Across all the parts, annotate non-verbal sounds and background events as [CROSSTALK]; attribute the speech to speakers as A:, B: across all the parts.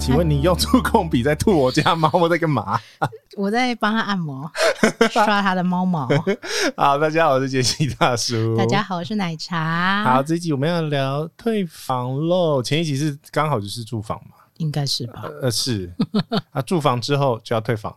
A: 请问你用触控笔在吐我家猫在干嘛？
B: 我在帮他按
A: [LAUGHS]
B: 摩，刷他的猫毛。
A: 好，大家好，我是杰西大叔。
B: 大家好，我是奶茶。
A: 好，，这一集我们要聊退房喽。前一集是刚好就是住房嘛，
B: 应该是吧？
A: 呃是啊，住房之后就要退房，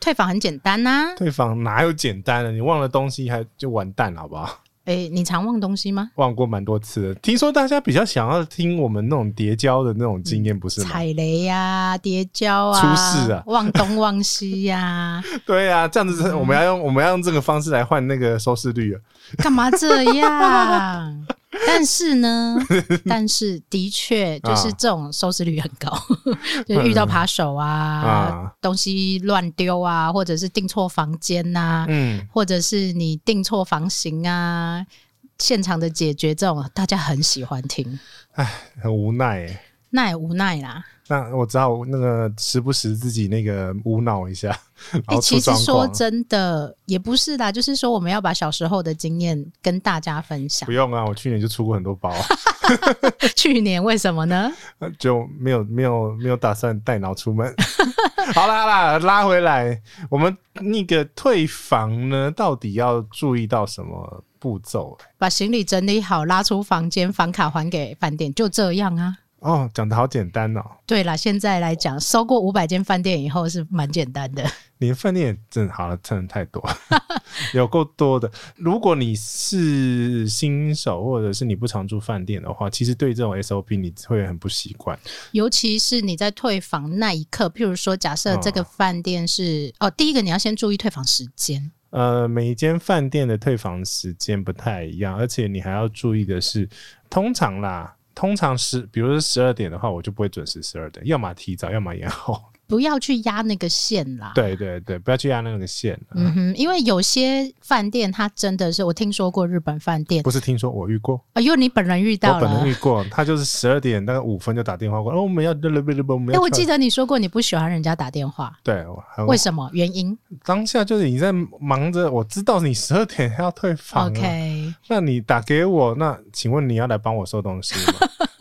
B: 退房很简单呐、
A: 退房哪有简单的？你忘了东西还就完蛋了，好不好？
B: 诶，你常忘东西吗？
A: 忘过蛮多次的。听说大家比较想要听我们那种叠交的那种经验，不是吗？
B: 踩雷呀、叠胶啊，
A: 出事啊
B: 忘东忘西呀、
A: 对啊，这样子
B: 嗯
A: 是我们要用我们要用这个方式来换那个收视率了。啊
B: 干嘛这样？但是
A: [LAUGHS]
B: 呢，但是的
A: 啊
B: 确就是这种收视率很高，
A: [LAUGHS]
B: 就遇到扒手啊，
A: 啊
B: 东西乱丢啊，或者是订错房间呐、
A: 嗯，
B: 或者是你订错房型啊，现场的解决这种，大家很喜欢听。
A: 很无奈欸
B: 那也无奈啦。
A: 那我只好那个时不时自己那个无脑一下，然
B: 哎、
A: 后出
B: 其实
A: 状
B: 说
A: 况。
B: 真的，也不是啦，就是说我们要把小时候的经验跟大家分享
A: 不。用啊，我去年就出过很多包， [LAUGHS]
B: 去年为什么呢？
A: 就没有没有没有打算带脑出门。 [LAUGHS] 好啦好啦，拉回来，我们那个退房呢，到底要注意到什么步骤？
B: 把行李整理好，拉出房间，房卡还给饭店，就这样啊。
A: 哦，讲的好简单哦，
B: 对啦，现在来讲，收过五百间饭店以后是蛮简单的。
A: 连饭店也真好了，真的太多， [LAUGHS] 有够多的。如果你是新手，或者是你不常住饭店的话，其实对这种 SOP 你会很不习惯。
B: 尤其是你在退房那一刻，譬如说，假设这个饭店是、哦，第一个你要先注意退房时间，
A: 呃，每一间饭店的退房时间不太一样，而且你还要注意的是，通常啦，通常是比如说十二点的话，我就不会准时十二点，要么提早，要么延后。
B: 不要去压那个线啦。
A: 对对对，不要去压那个线、
B: 嗯哼，因为有些饭店它真的是，我听说过日本饭店，
A: 不是听说我遇过，
B: 哎呦，你本人遇
A: 我
B: 到
A: 本人
B: 了。
A: 遇过，他就是十二点大概五分就打电话过来，哦，我们要，我们
B: 哎、
A: 要，
B: 我记得你说过你不喜欢人家打电话，
A: 对，我还
B: 为什么？原因
A: 当下就是你在忙着，我知道你十二点要退房、啊
B: ？OK，
A: 那你打给我，那请问你要来帮我收东西吗？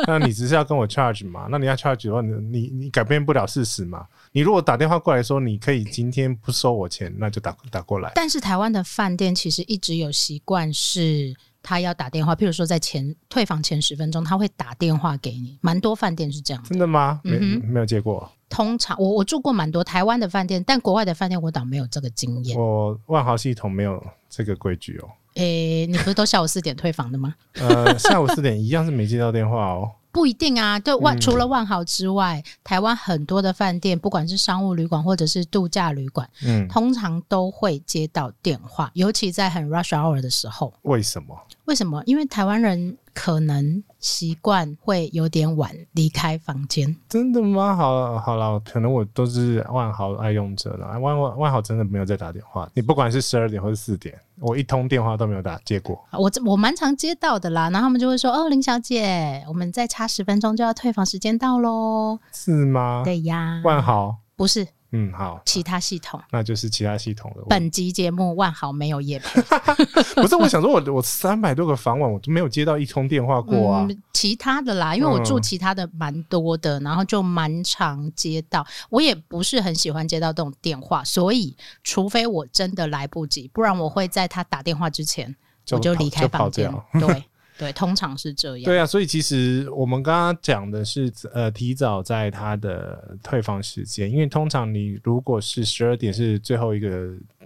A: 那你只是要跟我 charge 嘛？那你要 charge 的话，你你你改变不了事实嘛？你如果打电话过来说你可以今天不收我钱，那就打打过来。
B: 但是台湾的饭店其实一直有习惯是。他要打电话，譬如说在前退房前十分钟，他会打电话给你，蛮多饭店是这样的。
A: 真的吗？没、
B: 嗯
A: 没有结果。
B: 通常我我住过蛮多台湾的饭店，但国外的饭店我倒没有这个经验。
A: 我万豪系统没有这个规矩哦。
B: 诶、你不是都下午四点退房的吗？
A: 呃，下午四点一样是没接到电话哦。
B: 不一定啊，对万、
A: 嗯
B: 除了万豪之外，台湾很多的饭店，不管是商务旅馆或者是度假旅馆，
A: 嗯，
B: 通常都会接到电话，尤其在很 rush hour 的时候。
A: 为什么？
B: 为什么？因为台湾人可能习惯会有点晚离开房间。
A: 真的吗？好好了，可能我都是万豪爱用者了。万万万豪真的没有在打电话，你不管是十二点或是四点，我一通电话都没有打接过。
B: 我这我蛮常接到的啦，然后他们就会说：“哦，林小姐，我们再差十分钟就要退房时间到喽。
A: 是吗？
B: 对呀，
A: 啊万豪，哦
B: 不是
A: 嗯，好，
B: 其他系统。
A: 那就是其他系统了。我
B: 本集节目万豪没有夜配
A: 不是，我想说我， [LAUGHS] 我三百多个房晚，我都没有接到一通电话过啊。嗯
B: 嗯，其他的啦，因为我住其他的蛮多的，然后就蛮常接到，我也不是很喜欢接到这种电话，所以除非我真的来不及，不然我会在他打电话之前
A: 就
B: 我就
A: 跑
B: 离开
A: 就跑
B: 房间
A: 掉。 [LAUGHS]
B: 对对，通常是这样。
A: 对啊，所以其实我们刚刚讲的是，呃，提早在他的退房时间，因为通常你如果是十二点是最后一个，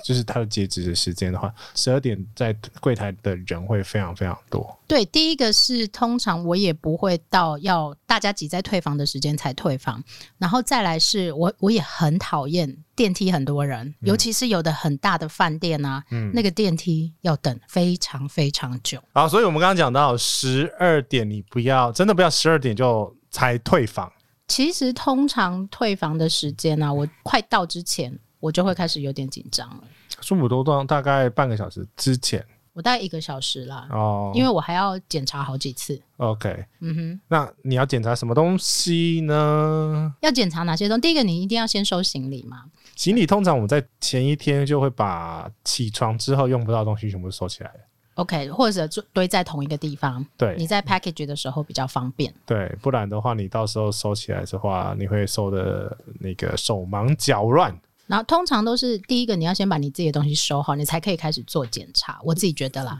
A: 就是他的截止的时间的话，十二点在柜台的人会非常非常多。
B: 对，第一个是通常我也不会到要大家挤在退房的时间才退房，然后再来是我我也很讨厌电梯很多
A: 嗯
B: 人，尤其是有的很大的饭店啊，那个电梯要等非常非常久。
A: 好，所以我们刚刚讲到十二点，你不要真的不要十二点就才退房。
B: 其实通常退房的时间啊，我快到之前我就会开始有点紧张了。
A: 苏姆多段大概半个小时之前，
B: 我大概一个小时啦，
A: 哦，
B: 因为我还要检查好几次。
A: OK，
B: 嗯哼，
A: 那你要检查什么东西呢？
B: 要检查哪些东西？第一个，你一定要先收行李嘛。
A: 行李通常我们在前一天就会把起床之后用不到的东西全部收起来。
B: OK，或者就堆在同一个地方，你
A: 对
B: 在 package 的时候比较方便。
A: 对，不然的话，你到时候收起来的话，你会收的那个手忙脚乱。
B: 然后通常都是第一个，你要先把你自己的东西收好，你才可以开始做检查。我自己觉得啦，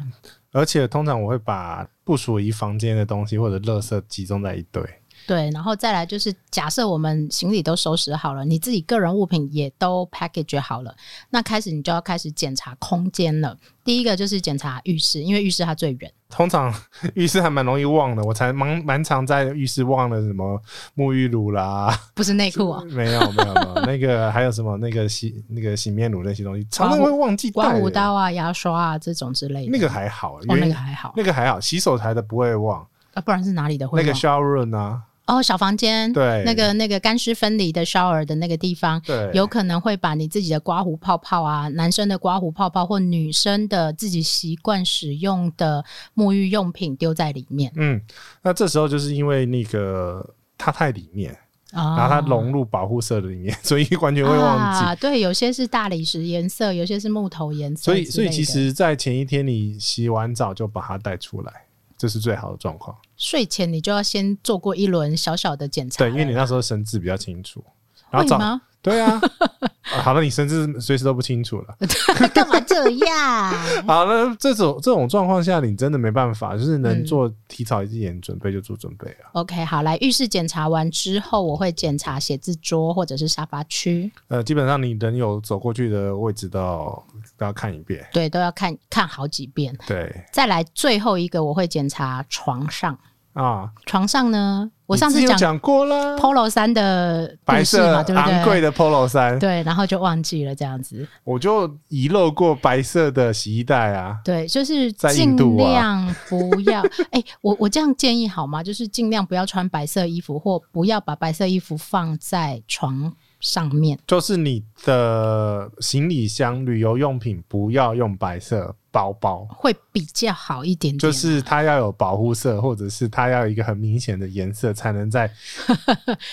A: 而且通常我会把不属于房间的东西或者垃圾集中在一堆。
B: 对，然后再来就是，假设我们行李都收拾好了，你自己个人物品也都 package 好了，那开始你就要开始检查空间了。第一个就是检查浴室，因为浴室它最远。
A: 通常 [LAUGHS] 浴室还蛮容易忘的，我才蛮蛮常在浴室忘了什么沐浴乳啦，
B: 不是内裤啊，
A: 没有没有没有，
B: [LAUGHS]
A: 那个还有什么那个洗那个洗面乳那些东西，常常会忘记带。
B: 刮胡刀啊、牙刷啊这种之类的。
A: 那个还好，因
B: 哦，
A: 为、
B: 那个还好，
A: 那个还好，洗手台的不会忘，
B: 啊，不然是哪里的会
A: 那个
B: 忘
A: shower room 啊，
B: 哦，小房间，
A: 对
B: 那个那个干湿分离的 shower 的那个地方，
A: 对，
B: 有可能会把你自己的刮胡泡泡啊，男生的刮胡泡泡或女生的自己习惯使用的沐浴用品丢在里面
A: 嗯，那这时候就是因为那个它太里面，
B: 啊，
A: 然后它融入保护色的里面， [LAUGHS] 所以完全会忘记。
B: 啊。对，有些是大理石颜色，有些是木头颜色
A: 所
B: 之类
A: 以，
B: 的，
A: 所以其实，在前一天你洗完澡就把它带出来，这是最好的状况。
B: 睡前你就要先做过一轮小小的检查了，
A: 对，因为你那时候神志比较清楚，然后
B: 会
A: 早
B: 吗？
A: 对啊啊好了，你神志随时都不清楚了。
B: [LAUGHS] 干嘛这样？
A: 好了，这种这种状况下，你真的没办法，就是能
B: 嗯
A: 做提早一点准备就做准备啊。
B: OK，好，来浴室检查完之后，我会检查写字桌或者是沙发区，
A: 呃，基本上你人有走过去的位置都要都要看一遍。
B: 对，都要看看好几遍。
A: 对
B: 再来最后一个，我会检查床上，
A: 啊，
B: 床上呢，我
A: 你
B: 上
A: 之
B: 次
A: 前有
B: 讲
A: 讲过啦，
B: Polo 衫的故
A: 白
B: 事
A: 色
B: 嘛，对不
A: 昂贵
B: 对？
A: 的 polo 衫，
B: 对，然后就忘记了这样子。
A: 我就遗漏过白色的洗衣袋啊。
B: 对，就是
A: 在印
B: 尽
A: 度啊
B: 量不
A: [LAUGHS]
B: 要。哎、我我这样建议好吗？就是尽量不要穿白色衣服，或不要把白色衣服放在床上面。
A: 就是你的行李箱、旅游用品不要用白色包包，
B: 会比较好一点点，
A: 就是它要有保护色，或者是它要有一个很明显的颜色，才能
B: [LAUGHS]
A: 在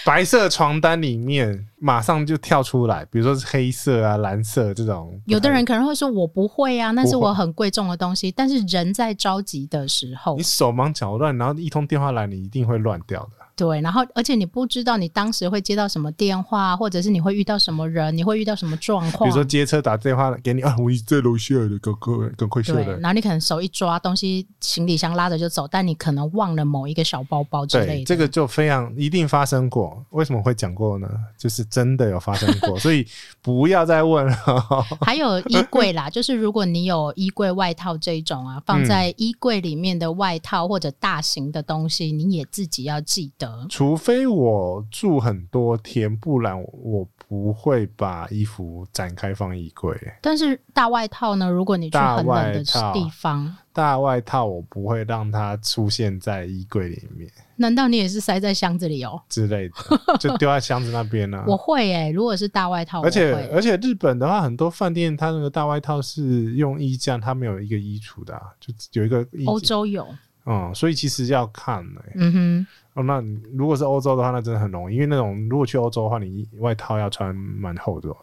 A: 白色床单里面马上就跳出来。比如说是黑色啊、蓝色这种。
B: 有的人可能会说我不会啊，那
A: 不
B: 是
A: 会
B: 我很贵重的东西。但是人在着急的时候
A: 你，手忙脚乱，然后一通电话来，你一定会乱掉的。
B: 对，然后而且你不知道你当时会接到什么电话，或者是你会遇到什么人，你会遇到什么状
A: 比
B: 况
A: 如。说接车打电话给你啊，我已在楼下了，赶快赶快下
B: 对，
A: 来
B: 然。后你可能手一抓东西，行李箱拉着就走，但你可能忘了某一个小包包之类
A: 对，
B: 的。
A: 这个就非常一定发生过。为什么会讲过呢？就是真的有发生
B: [LAUGHS]
A: 过，所以不要再问了。 [LAUGHS]
B: 还有衣柜啦，就是如果你有衣柜外套这一种啊，放在
A: 嗯
B: 衣柜里面的外套或者大型的东西，你也自己要记得。
A: 除非我住很多天，不然我不会把衣服展开放衣柜。
B: 但是大外套呢，如果你去
A: 大
B: 很冷的
A: 外套
B: 地方，
A: 大外套我不会让它出现在衣柜里面
B: 难道你也是塞在箱子里哦？
A: 之类的，
B: [LAUGHS]
A: 就丢在箱子那边啊。
B: 我会诶、如果是大外套，
A: [LAUGHS] 而且
B: 我会
A: 而且日本的话，很多饭店它那个大外套是用衣架，它没有一个衣橱的、啊，就有一个衣
B: 欧洲有，
A: 嗯，所以其实要看呢、
B: 嗯哼，
A: 哦，那你如果是欧洲的话，那真的很容易，因为那种如果去欧洲的话，你外套要穿蛮厚的哦。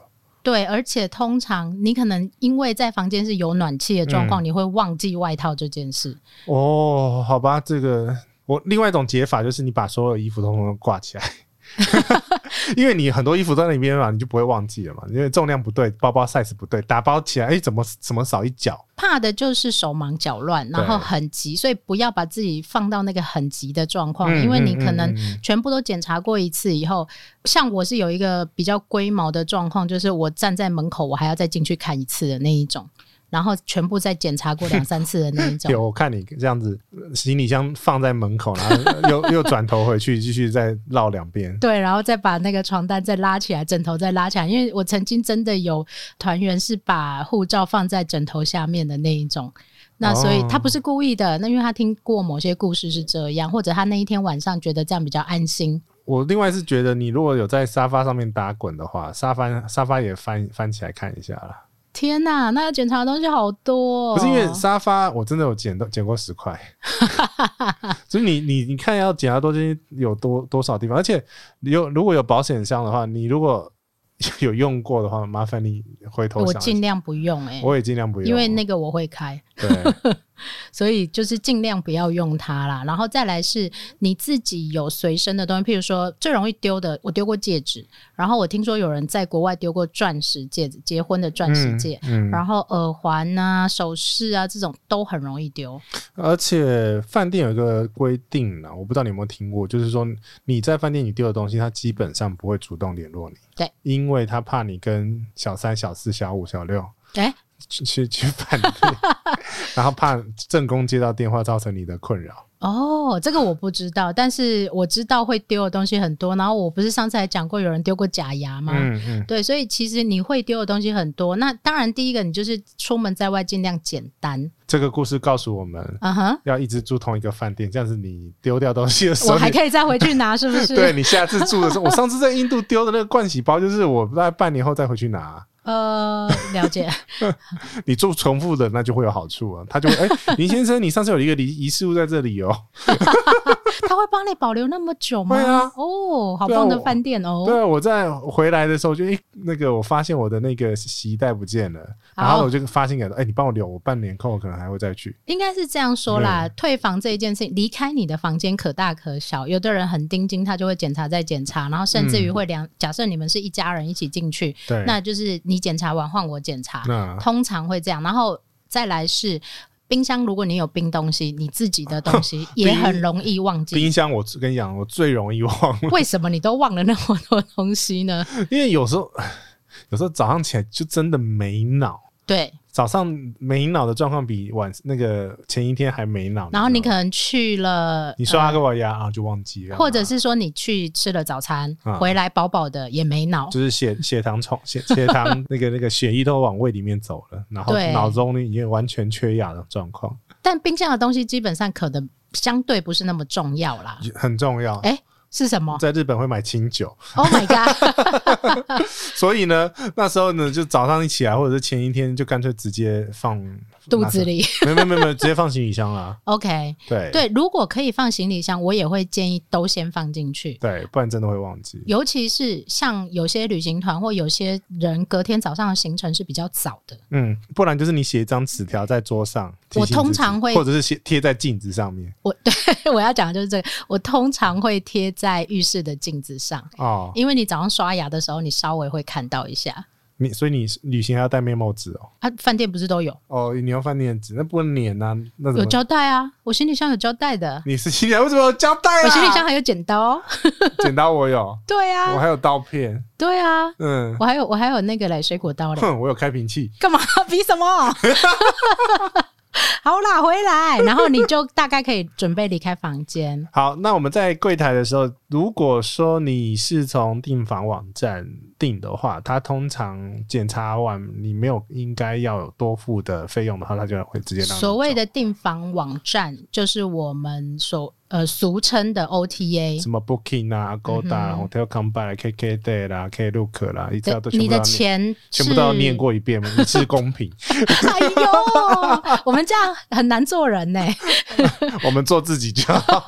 B: 对，而且通常你可能因为在房间是有暖气的状
A: 嗯
B: 况，你会忘记外套这件事。
A: 哦，好吧，这个我另外一种解法就是你把所有衣服通通都挂起来， [LAUGHS] 因为你很多衣服都在里面嘛，你就不会忘记了嘛，因为重量不对，包包 size 不对，打包起来，哎、怎么怎么少一角？
B: 怕的就是手忙脚乱，然后很急，所以不要把自己放到那个很急的状况，
A: 嗯
B: 哦因为你可
A: 嗯
B: 能
A: 嗯嗯
B: 全部都检查过一次以后，像我是有一个比较龟毛的状况，就是我站在门口，我还要再进去看一次的那一种，然后全部再检查过两三次的那一种。
A: 有，我看你这样子，呃行李箱放在门口，然后又又转头回去，继续再绕两遍。
B: 对，然后再把那个床单再拉起来，枕头再拉起来，因为我曾经真的有团员是把护照放在枕头下面的那一种。那所以
A: 哦
B: 他不是故意的，那因为他听过某些故事是这样，或者他那一天晚上觉得这样比较安心。
A: 我另外是觉得，你如果有在沙发上面打滚的话，沙发沙发也翻翻起来看一下啦。
B: [LAUGHS] 天哪，那要检查的东西好多、哦。
A: 可是因为沙发，我真的有减到减过
B: [LAUGHS]
A: 十块，所以你你你看要减到多些有多多少地方，而且有如果有保险箱的话，你如果有用过的话，麻烦你回头
B: 哦我
A: 想一
B: 尽
A: 下，
B: 量不用哎、
A: 我也尽量不用，
B: 因为那个我会开， [LAUGHS]
A: 对
B: 所以就是尽量不要用它啦。然后再来是你自己有随身的东西，譬如说最容易丢的，我丢过戒指，然后我听说有人在国外丢过钻石戒指，结婚的钻石戒，
A: 嗯，嗯
B: 然后耳环啊、首饰啊这种都很容易丢。
A: 而且饭店有一个规定呢，我不知道你有没有听过，就是说你在饭店你丢的东西，他基本上不会主动联络你，
B: 对，
A: 因为他怕你跟小三、小四、小五、小六
B: 哎、
A: 去 [LAUGHS] 去去饭店，然后怕正宫接到电话造成你的困扰。
B: 哦，这个我不知道，但是我知道会丢的东西很多。然后我不是上次还讲过有人丢过假牙吗？
A: 嗯嗯，
B: 对，所以其实你会丢的东西很多。那当然，第一个你就是出门在外尽量简单。
A: 这个故事告诉我们。
B: 嗯哼，
A: 要一直住同一个饭店，这样子你丢掉东西的时
B: 我
A: 候，
B: 还
A: 你
B: 可以再回去拿，是不是？
A: [LAUGHS] 对你下次住的时候，我上次在印度丢的那个盥洗包，就是我大概半年后再回去拿。
B: 呃，了
A: [LAUGHS]
B: 解。
A: 你做重复的，那就会有好处啊。他就会，哎、林先生，你上次有一个遗遗失物在这里哦。
B: 他会帮你保留那么久吗？
A: 会啊
B: 哦，好
A: 对啊
B: 棒的
A: 我
B: 饭店哦。
A: 对啊，我在回来的时候就，哎、那个我发现我的那个洗衣袋不见了，
B: 好
A: 然后我就发信给他，哎、你帮我留，我半年后可能还会再去。
B: 应该是这样说啦，
A: 嗯
B: 退房这一件事情，离开你的房间可大可小。有的人很盯紧，他就会检查再检查，然后甚至于会量。假设你们是一家人一起进去，
A: 嗯对，
B: 那就是你检查完换我检查，
A: 那
B: 通常会这样。然后再来是冰箱，如果你有冰东西，你自己的东
A: [LAUGHS]
B: 西也很容易忘记。
A: 冰箱我跟你讲，我最容易忘了， [LAUGHS]
B: 为什么你都忘了那么多东西呢？
A: 因为有时候 [SIGHS] 有时候早上起来就真的没脑。
B: 对，
A: 早上没脑的状况比晚那个前一天还没脑，
B: 然后你
A: 知
B: 可
A: 道吗
B: 能去了，
A: 哦你刷
B: 呃
A: 个我牙啊就忘记了，
B: 或者是说你去吃了早餐，
A: 啊
B: 回来饱饱的也没脑。
A: 就是血 [LAUGHS] 血糖冲血血糖那个那 [LAUGHS] 个血液都往胃里面走了，然后
B: 对
A: 脑中呢也完全缺氧的状况
B: 但冰箱的东西基本上可能相对不是那么重要啦。
A: 很重要。
B: 哎、是什么
A: 在日本会买清酒，
B: ？Oh my
A: [LAUGHS]
B: god！ [LAUGHS]
A: 所以呢，那时候呢，就早上一起来，或者是前一天，就干脆直接放
B: 肚子，里
A: 拿 [LAUGHS] 走没有没有没有，直接放行李箱啦。
B: OK。
A: 对
B: 对，如果可以放行李箱，我也会建议都先放进去。
A: 对，不然真的会忘记。
B: 尤其是像有些旅行团或有些人隔天早上的行程是比较早的，
A: 嗯，不然就是你写一张纸条在桌上，提醒
B: 我通
A: 自己
B: 常会
A: 或者是写贴在镜子上面
B: 我 [LAUGHS] 要讲的就是这个。我通常会贴在浴室的镜子上，
A: 哦。
B: 因为你早上刷牙的时候，你稍微会看到一下。
A: 你所以你旅行还要带面膜纸哦。
B: 啊，饭店不是都有
A: 哦，你用饭店的纸，那不能粘啊，那怎
B: 有
A: 么
B: 胶带啊？我行李箱有胶带的，
A: 你是行李箱为什么有胶带啊？
B: 我行李箱还有剪刀。
A: 剪刀我有，
B: 对
A: 我
B: [LAUGHS] 啊，
A: 还有刀片，
B: 对啊，
A: 嗯，
B: 我还有我还有那个嘞，水果刀
A: [LAUGHS]
B: 嘞。
A: 哼，我有开瓶器，
B: 干嘛比什么？ [LAUGHS] 好啦，回来，然后你就大概可以准备离开房间。
A: 好，那我们在柜台的时候，如果说你是从订房网站订的话，它通常检查完你没有应该要有多付的费用的话，它就会直接让你
B: 所谓
A: 走
B: 的订房网站，就是我们所呃俗称的 OTA。
A: 什么 Booking 啊、Agoda 啊、
B: 嗯
A: Hotel Combine 啊、KKday 啦、Klook 啦，一
B: 对
A: 下都全
B: 你
A: 部都
B: 的
A: 要念，
B: 钱
A: 全部都要
B: 是
A: 念。过一遍，一次公平。
B: [LAUGHS] 哎呦，我们这样很难做人呢、
A: 我们做自己
B: [LAUGHS]
A: 就好。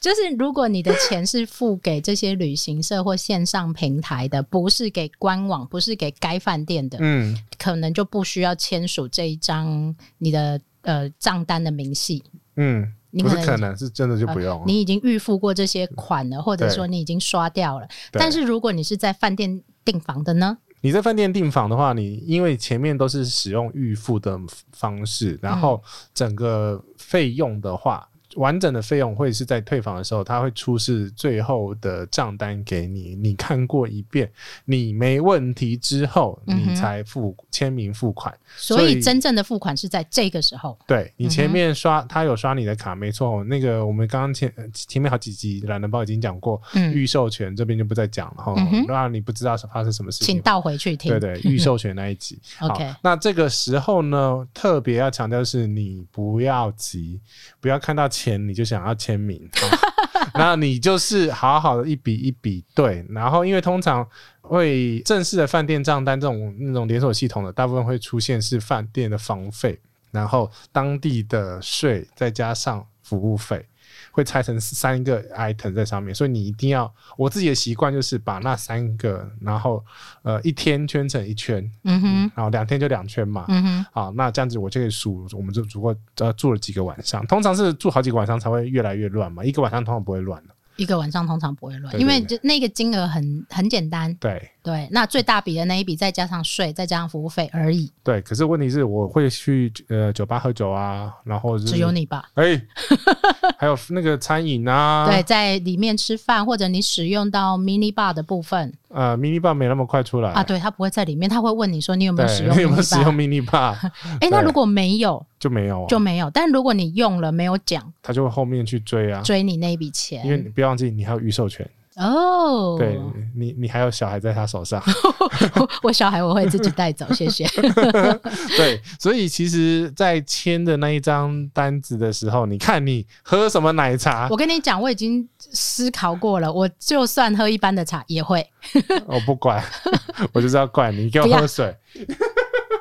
B: 就是如果你的钱是付给这些旅行社或线上平台的，不是给官网，不是给该饭店的，
A: 嗯，
B: 可能就不需要签署这一张你的呃账单的明细。
A: 嗯，
B: 你
A: 不是
B: 可能
A: 可能是真的就不用了。
B: 你已经预付过这些款了，或者说你已经刷掉了。
A: 对
B: 但是如果你是在饭店订房的呢？
A: 你在饭店订房的话，你因为前面都是使用预付的方式，
B: 嗯
A: 然后整个费用的话，完整的费用会是在退房的时候，它会出示最后的账单给你，你看过一遍，你没问题之后，
B: 嗯哼
A: 你才付签名付款。
B: 所
A: 所
B: 以
A: 以
B: 真正的付款是在这个时候。
A: 对你
B: 嗯
A: 前
B: 哼
A: 面刷，他有刷你的卡，没错。那个我们刚刚前呃前面好几集懒人包已经讲过，
B: 嗯，
A: 预授权这边就不再讲了哈
B: 嗯哼，
A: 让、你不知道是发生什么事情
B: 请。倒回去听。
A: 对对，预授权那一集。好
B: OK，
A: 那这个时候呢，特别要强调的是，你不要急，不要看到钱你就想要签 [LAUGHS] 名。啊那你就是好好的一笔一笔对，然后因为通常会正式的饭店账单这种那种连锁系统的，大部分会出现是饭店的房费，然后当地的税，再加上服务费。会拆成三个 item 在上面，所以你一定要，我自己的习惯就是把那三个，然后呃一天圈成一圈，
B: 嗯哼，
A: 然后两天就两圈嘛，
B: 嗯哼，
A: 好，那这样子我就可以数，我们就足够呃住了几个晚上，通常是住好几个晚上才会越来越乱嘛，一个晚上通常不会乱的。
B: 一个晚上通常不会乱，
A: 对
B: 因
A: 对
B: 为
A: 对
B: 就那个金额很很简单，
A: 对
B: 对，那最大笔的那一笔再加上税，再加上服务费而已，
A: 对，可是问题是我会去呃酒吧喝酒啊，然后、就是、
B: 只有你吧？
A: 哎， [LAUGHS] 还有那个餐饮啊，
B: 对，，在里面吃饭或者你使用到 mini bar 的部分
A: 呃，mini bar 没那么快出来
B: 啊，，对，他不会在里面，他会问你说你有没有使
A: 哎对，
B: 用
A: 你有 [LAUGHS] 没
B: mini
A: 有使用
B: bar？
A: mini bar
B: [LAUGHS] 哎，那
A: 对
B: 如果没有
A: 就没有啊，
B: 就没有，但如果你用了没有讲，
A: 他就会后面去追啊，
B: 追你那一笔
A: 因为你
B: 钱
A: 不要忘记你还有预授权，
B: 哦。
A: 对你你还有小孩在他手上，
B: 我小孩我会自己带走，谢
A: [LAUGHS]
B: 谢。
A: 对，所以其实，在签的那一张单子的时候，你看你喝什么奶茶，
B: 我跟你讲，我已经思考过了，我就算喝一般的茶也会。
A: 我哦不管， [LAUGHS] 我就是要管你给我
B: 不要
A: 喝水。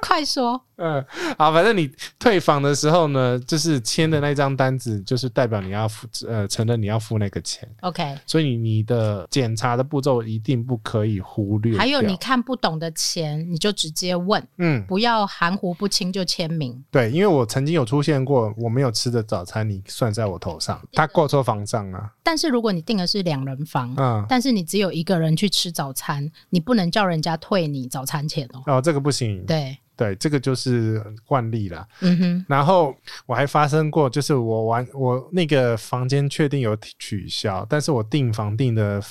B: 快说，
A: 嗯，好，反正你退房的时候呢，就是签的那张单子，就是代表你要付，呃，承认你要付那个钱，
B: OK。
A: 所以你的检查的步骤一定不可以忽略。
B: 还有你，看不懂的钱，你就直接问，
A: 嗯，
B: 不要含糊不清就签名。
A: 对，因为我曾经有出现过，我没有吃的早餐，你算在我头上，他过错房账啊，
B: 但是如果你订的是两人房，
A: 嗯，
B: 但是你只有一个人去吃早餐，你不能叫人家退你早餐钱哦。
A: 哦，这个不行，
B: 对，
A: 对，这个就是惯例啦。
B: 嗯哼，
A: 然后我还发生过，就是我玩我那个房间确定有取消，但是我订房订的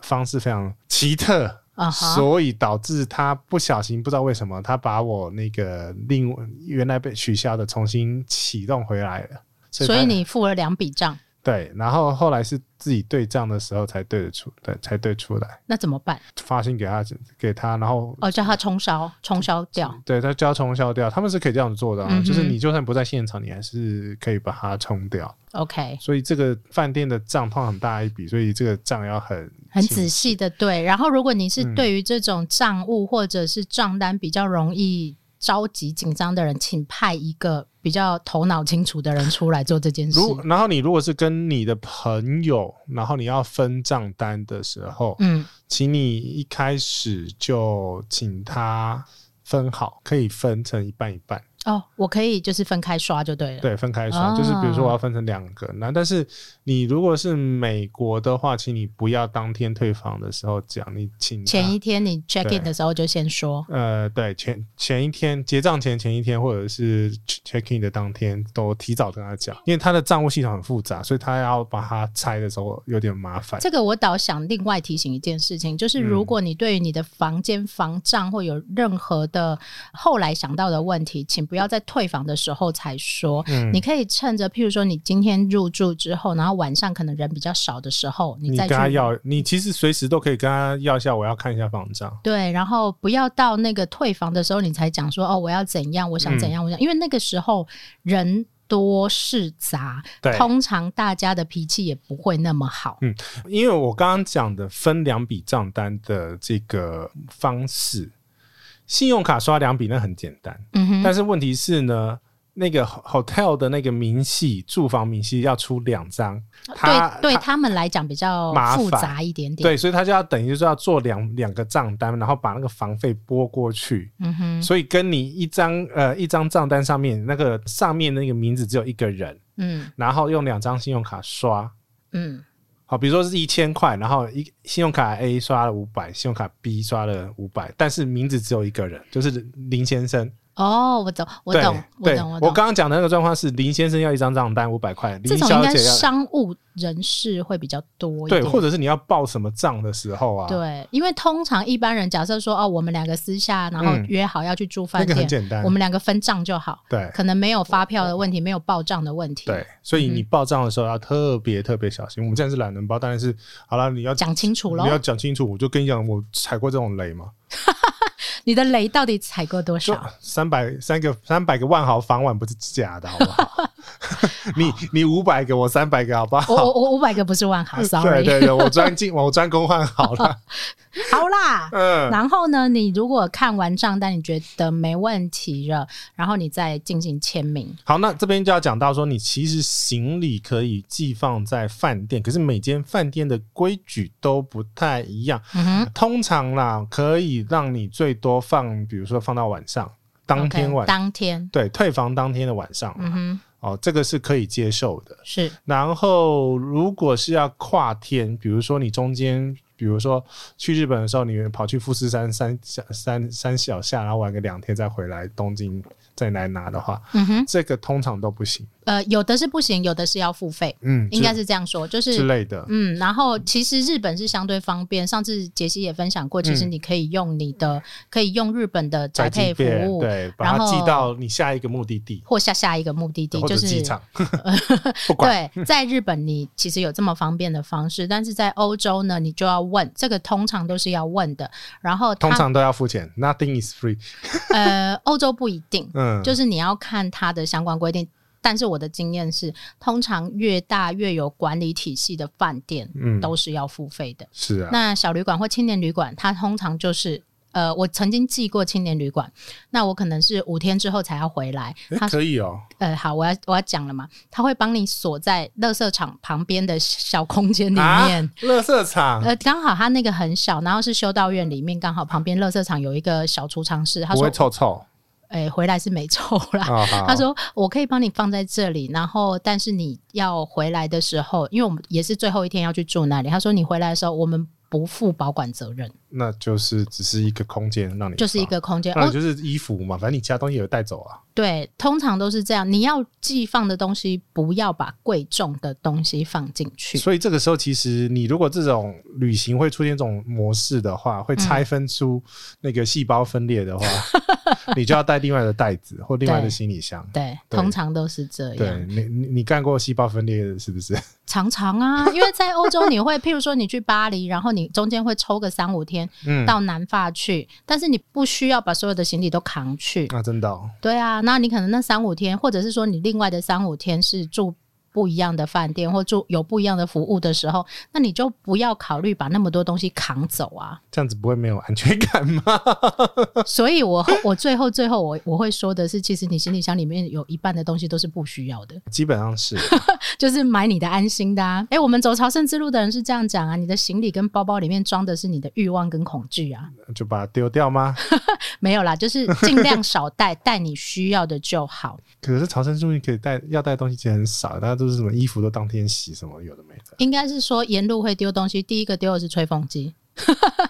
A: 方式非常奇特。
B: 啊哈，
A: 所以导致他不小心，不知道为什么，他把我那个另原来被取消的重新启动回来了。所以
B: 所
A: 他
B: 以你付了两笔账，
A: 对，然后后来是自己对账的时候才对得出，对，才对出来，
B: 那怎么办？
A: 发信给他给他，然后
B: 哦，叫他冲销，冲销掉。
A: 对，它就要冲销掉，他们是可以这样做的、啊，
B: 嗯哼
A: 就是你就算不在现场，你还是可以把它冲掉。
B: OK，
A: 所以这个饭店的账通常很大一笔，所以这个账要很
B: 很
A: 清
B: 仔细的对。然后，如果你
A: 嗯
B: 是对于这种账务或者是账单比较容易着急紧张的人，请派一个比较头脑清楚的人出来做这件事。
A: 如然后你如果是跟你的朋友，然后你要分账单的时候，
B: 嗯，
A: 请你一开始就请他分好，可以分成一半一半。
B: 哦，我可以就是分开刷就对了。哦
A: 对，分开刷，就是比如说我要分成两个，那但是你如果是美国的话，请你不要当天退房的时候讲，你请他
B: 前一天你 check in
A: 嗯啊对
B: 的时候就先说，
A: 呃，对，前前一天结账前前一天，或者是 check in 的当天，都提早跟他讲，因为他的账务系统很复杂，所以他要把它拆的时候有点麻烦。
B: 这个我倒想另外提醒一件事情，
A: 嗯
B: 就是如果你对于你的房间房账或有任何的后来想到的问题，请不要在退房的时候才说。
A: 嗯
B: 你可以趁着，譬如说你今天入住之后，然后晚上可能人比较少的时候，
A: 你
B: 再
A: 跟
B: 去
A: 他要，你其实随时都可以跟他要一下，我要看一下房账。
B: 对，然后不要到那个退房的时候你才讲说哦，我要怎样，我
A: 嗯
B: 想怎样，我想，因为那个时候人多事杂，
A: 对
B: 通常大家的脾气也不会那么好。
A: 因为我刚刚讲的分两笔账单的这个方式，信用卡刷两笔那很简单，
B: 嗯哼，
A: 但是问题是呢，那个 hotel 的那个明细住房明细要出两张，他
B: 对对他们来讲比较
A: 麻
B: 复
A: 烦
B: 杂一点点。
A: 对，，所以他就要等于就是要做两两个账单，然后把那个房费拨过去。
B: 嗯哼，
A: 所以跟你一张呃一张账单上面那个上面那个名字只有一个人，
B: 嗯
A: 然后用两张信用卡刷，
B: 嗯
A: 好，比如说是一千块，然后一信用卡 A 刷了五百，信用卡 B 刷了五百，但是名字只有一个人，就是林先生。
B: 哦，我懂，我
A: 对
B: 懂，我
A: 对
B: 懂，
A: 我
B: 懂。
A: 刚刚讲的那个状况是林先生要一张账单五百块，
B: 这
A: 林
B: 种应
A: 小
B: 该
A: 姐要
B: 商务人士会比较多一
A: 对，
B: 点，
A: 或者是你要报什么账的时候啊，
B: 对，因为通常一般人假设说哦，我们两个私下然后
A: 嗯
B: 约好要去住
A: 那
B: 饭
A: 个
B: 店，
A: 很简单
B: 我。们两个分账就好，
A: 对
B: 可能没有发票的问题，没有报账的问题，
A: 对，，所以你
B: 嗯
A: 报账的时候要特别特别小心。我们现在是懒人包，当然是好了，你要
B: 讲清楚喽
A: 你，要讲清楚。我就跟你讲，我踩过这种雷嘛，
B: 你的雷到底踩过多
A: 就
B: 少？
A: 三百三个三百个万豪房晚不是假的，好不好？ [LAUGHS] 你你五百个，我三百个，好不
B: 我
A: 好？
B: 我我五百个不是万豪
A: [LAUGHS] 对
B: 哦，sorry，
A: 对对，我专进，我专攻换好了。
B: 好啦。
A: 嗯，
B: 然后呢，你如果看完账单，你觉得没问题了，然后你再进行签名。
A: 好，那这边就要讲到说，你其实行李可以寄放在饭店，可是每间饭店的规矩都不太一样。
B: 嗯哼，
A: 通常啦，可以让你最多放，比如说放到晚上，当天
B: OK，
A: 晚
B: 当天，
A: 对退房当天的晚上、
B: 嗯哼，
A: 哦，这个是可以接受的。
B: 是
A: 然后如果是要跨天，比如说你中间，比如说去日本的时候，你跑去富士山山下山山脚下，然后玩个两天再回来东京再来拿的话，
B: 嗯哼，
A: 这个通常都不行。
B: 呃，有的是不行，有的是要付费，
A: 嗯，
B: 应该
A: 之
B: 是这样说，就
A: 之
B: 是。
A: 类的。
B: 嗯，然后其实日本是相对方便，上次杰西也分享过，其实
A: 嗯
B: 你可以用你的，可以用日本的宅
A: 机
B: 配服
A: 店
B: 务，
A: 对，把
B: 然
A: 它
B: 后
A: 寄到你下一个目的地
B: 或下下一个目的地，
A: 或
B: 就
A: 者
B: 是
A: 机场， [LAUGHS] 不管。
B: 对，在日本你其实有这么方便的方式，但是在欧洲呢，你就要问，这个通常都是要问的。然后它
A: 通常都要付钱，Nothing is free。
B: 呃，欧洲不一定，
A: 嗯，
B: 就是你要看它的相关规定。但是我的经验是，通常越大越有管理体系的饭店
A: 嗯
B: 都是要付费的。
A: 是啊，
B: 那小旅馆或青年旅馆，它通常就是。呃，我曾经寄过青年旅馆，那我可能是五天之后才要回来。
A: 诶
B: 他
A: 可以哦。
B: 呃，好，我要我要讲了嘛，他会帮你锁在垃圾场旁边的小空间里
A: 啊
B: 面。，
A: 乐色场
B: 呃，刚好他那个很小，然后是修道院里面，刚好旁边垃圾场有一个小储藏室。他
A: 不
B: 说
A: 会臭臭：“
B: 哎、回来是没臭啦。
A: 啊。好
B: 他说：“我可以帮你放在这里，然后但是你要回来的时候，因为我们也是最后一天要去住那里。他说你回来的时候，我们不负保管责任，
A: 那就是只是一个空间让你
B: 就是一
A: 放
B: 个空间。
A: 那
B: 哦，
A: 就是衣服嘛，反正你其他东西也有带走啊。
B: 对，通常都是这样。你要寄放的东西，不要把贵重的东西放进去。
A: 所以这个时候，其实你如果这种旅行会出现这种模式的话，
B: 嗯
A: 会拆分出那个细胞分裂
B: [LAUGHS]
A: 的话，你就要带另外的袋子或另外的
B: 对
A: 行李箱。
B: 对，
A: 对
B: 通常都是这样
A: 对。你，你你干过细胞分裂的是不是？
B: 常常
A: [LAUGHS]
B: 啊，因为在欧洲你会，譬如说你去巴黎，然后你中间会抽个三五天
A: 嗯，
B: 到南法去，但是你不需要把所有的行李都扛去。
A: 那、真的、哦，
B: 对啊，那你可能那三五天，或者是说你另外的三五天是住。不一样的饭店或住有不一样的服务的时候，那你就不要考虑把那么多东西扛走
A: [LAUGHS]
B: 啊。
A: 这样子不会没有安全感吗？ [LAUGHS]
B: 所以我后我最后最后我我会说的是，其实你行李箱里面有一半的东西都是不需要的，
A: 基本上是，
B: 就是买你的安心的啊。哎、我们走朝圣之路的人是这样讲啊，你的行李跟包包里面装的是你的欲望跟恐惧啊，
A: 就把它丢掉吗？
B: 没有啦，就是尽量少
A: [LAUGHS]
B: 带，带你需要的就好。
A: 可是朝圣之路你可以带要带的东西其实很少，大家都是什么衣服都当天洗，什么有的没
B: [LAUGHS]
A: 的。
B: 应该是说沿路会丢东西，第一个丢的是吹风机。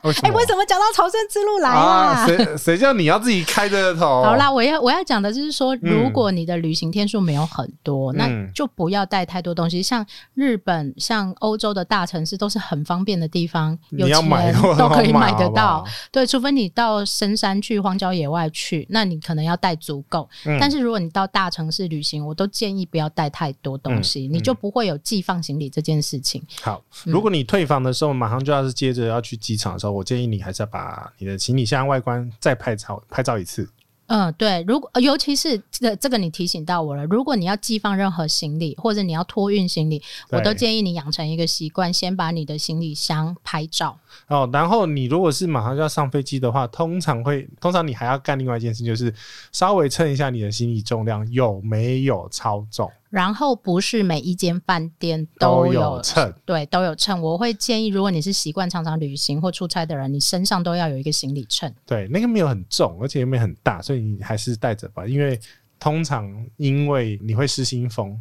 A: 为什
B: 哎、
A: 么？
B: 为什么讲到朝圣之路来啦？
A: 啊，谁谁叫你要自己开着头？
B: 好，啦，我要我要讲的就是
A: 嗯
B: 说，如果你的旅行天数没有很多，那就不要带太多东西。像日本、像欧洲的大城市都是很方便的地方，有
A: 你要
B: 钱
A: 买
B: 都可以买
A: 好
B: 得
A: 不
B: 到
A: 好。
B: 对，除非你到深山去、荒郊野外去，那你可能要带足够。
A: 嗯
B: 但是如果你到大城市旅行，我都建议不要带太多东西，你就不会有寄放行李这件事情。
A: 好，
B: 嗯
A: 如果你退房的时候马上就要是接着要去机场的时候，我建议你还是要把你的行李箱外观再拍照拍照一次。
B: 嗯，对，如果呃尤其是这个这个你提醒到我了，如果你要寄放任何行李，或者你要托运行李，
A: 对
B: 我都建议你养成一个习惯，先把你的行李箱拍照。
A: 哦，然后你如果是马上就要上飞机的话，通常会通常你还要干另外一件事，就是稍微称一下你的行李重量有没有超重，
B: 然后不是每一间饭店
A: 都
B: 都有，
A: 称。
B: 对，都有秤。我会建议，如果你是习惯常常旅行或出差的人，你身上都要有一个行李秤。
A: 对，那个没有很重，而且也没有很大，所以你还是带着吧，因为通常因为你会失
B: [LAUGHS]
A: 心疯，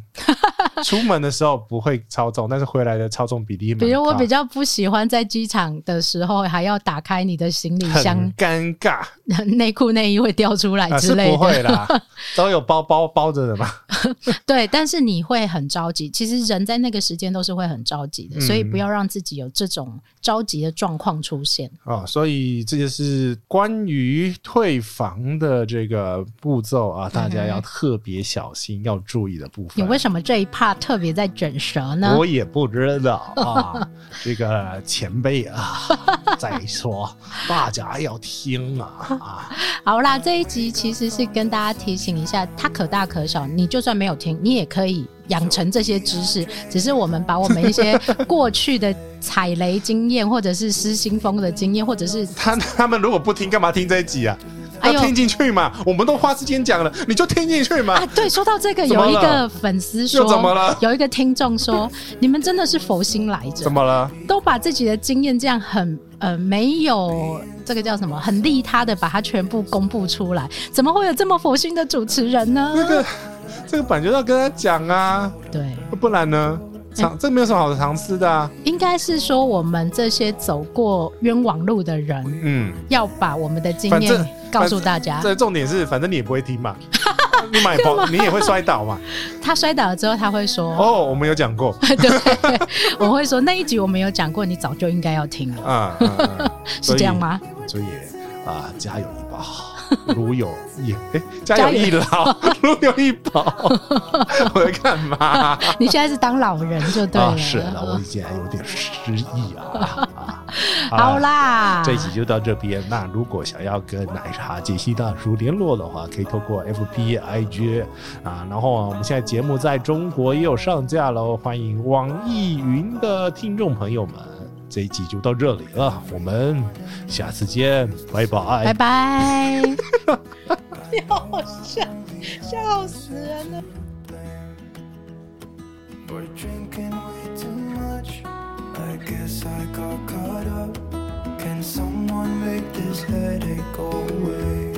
A: 出门的时候不会超重，但是回来的超重比例也蛮
B: 比如我
A: 高
B: 比较不喜欢在机场的时候还要打开你的行李箱 [LAUGHS]
A: 很，尴尬啊、
B: 内裤内衣会掉出来哎之
A: 是
B: 类
A: 不
B: 的。[LAUGHS]
A: 会啦，都有包包包着的嘛。
B: 对，但是你会很着急。其实人在那个时间都是会很着急的，所以
A: 嗯
B: 不要让自己有这种着急的状况出现。
A: 哦，所以这就是关于退房的这个步骤啊，大家要特别小心，要注意的部
B: 嗯你
A: 分。
B: 为什么这一怕特别在卷舌呢？
A: 我也不知道
B: [LAUGHS]
A: 啊，这个前辈啊，再说大家要听啊啊，
B: 好啦，这一集其实是跟大家提醒一下，它可大可小，你就算没有听，你也可以养成这些知识。只是我们把我们一些过去的踩雷经验，或者是失心疯的经验，或者是
A: 他他们如果不听，干嘛听这一集啊？
B: 哎
A: 要
B: 呦
A: 听进去嘛，我们都花时间讲了，你就听进去嘛。
B: 啊，对，说到这个，
A: [LAUGHS] 怎么
B: 有一个
A: 了
B: 粉丝说，
A: 又怎么了
B: 有一个听众说， [LAUGHS] 你们真的是佛心来着
A: 怎，么了？
B: 都把自己的经验这样很呃没有这个叫什么，很利他的把它全部公布出来，怎么会有这么佛心的主持人呢？
A: [LAUGHS] 这个这个版就要跟他讲啊，
B: 对。
A: 不然呢？
B: 嗯
A: 尝这没有什么好尝试的啊。
B: 应该是说我们这些走过冤枉路的人，
A: 嗯，
B: 要把我们的经
A: 反正
B: 验告诉大家。
A: 这重点是，反正你也不会听
B: [LAUGHS]
A: 嘛，你买包你也会摔倒嘛。
B: 他摔倒了之后，他会说：“
A: 哦，我们有讲过
B: 对， [LAUGHS] 我会说那一集我们有讲过，你早就应该要听了，
A: 啊，嗯嗯嗯
B: 是这样
A: [LAUGHS]
B: 吗
A: 所以啊，家有
B: [LAUGHS]
A: 一宝，如有一哎，家有一老， [LAUGHS] 如有一宝。我在干嘛？？”
B: 你现在是当老人就对了。
A: 啊，是的，我现在有点失忆
B: [LAUGHS]
A: 啊。啊
B: 好，啦，
A: 这一集就到这边。那如果想要跟奶茶杰西大叔联络的话，可以透过 FB、IG 啊。然后啊，我们现在节目在中国也有上架喽，欢迎网易云的听众朋友们。这一集就到这里了，我们下次见，拜拜
B: 拜拜。你好笑， [LAUGHS] 笑死人了。
C: We're drinking way too much. I guess I got caught up. Can someone make this headache go away?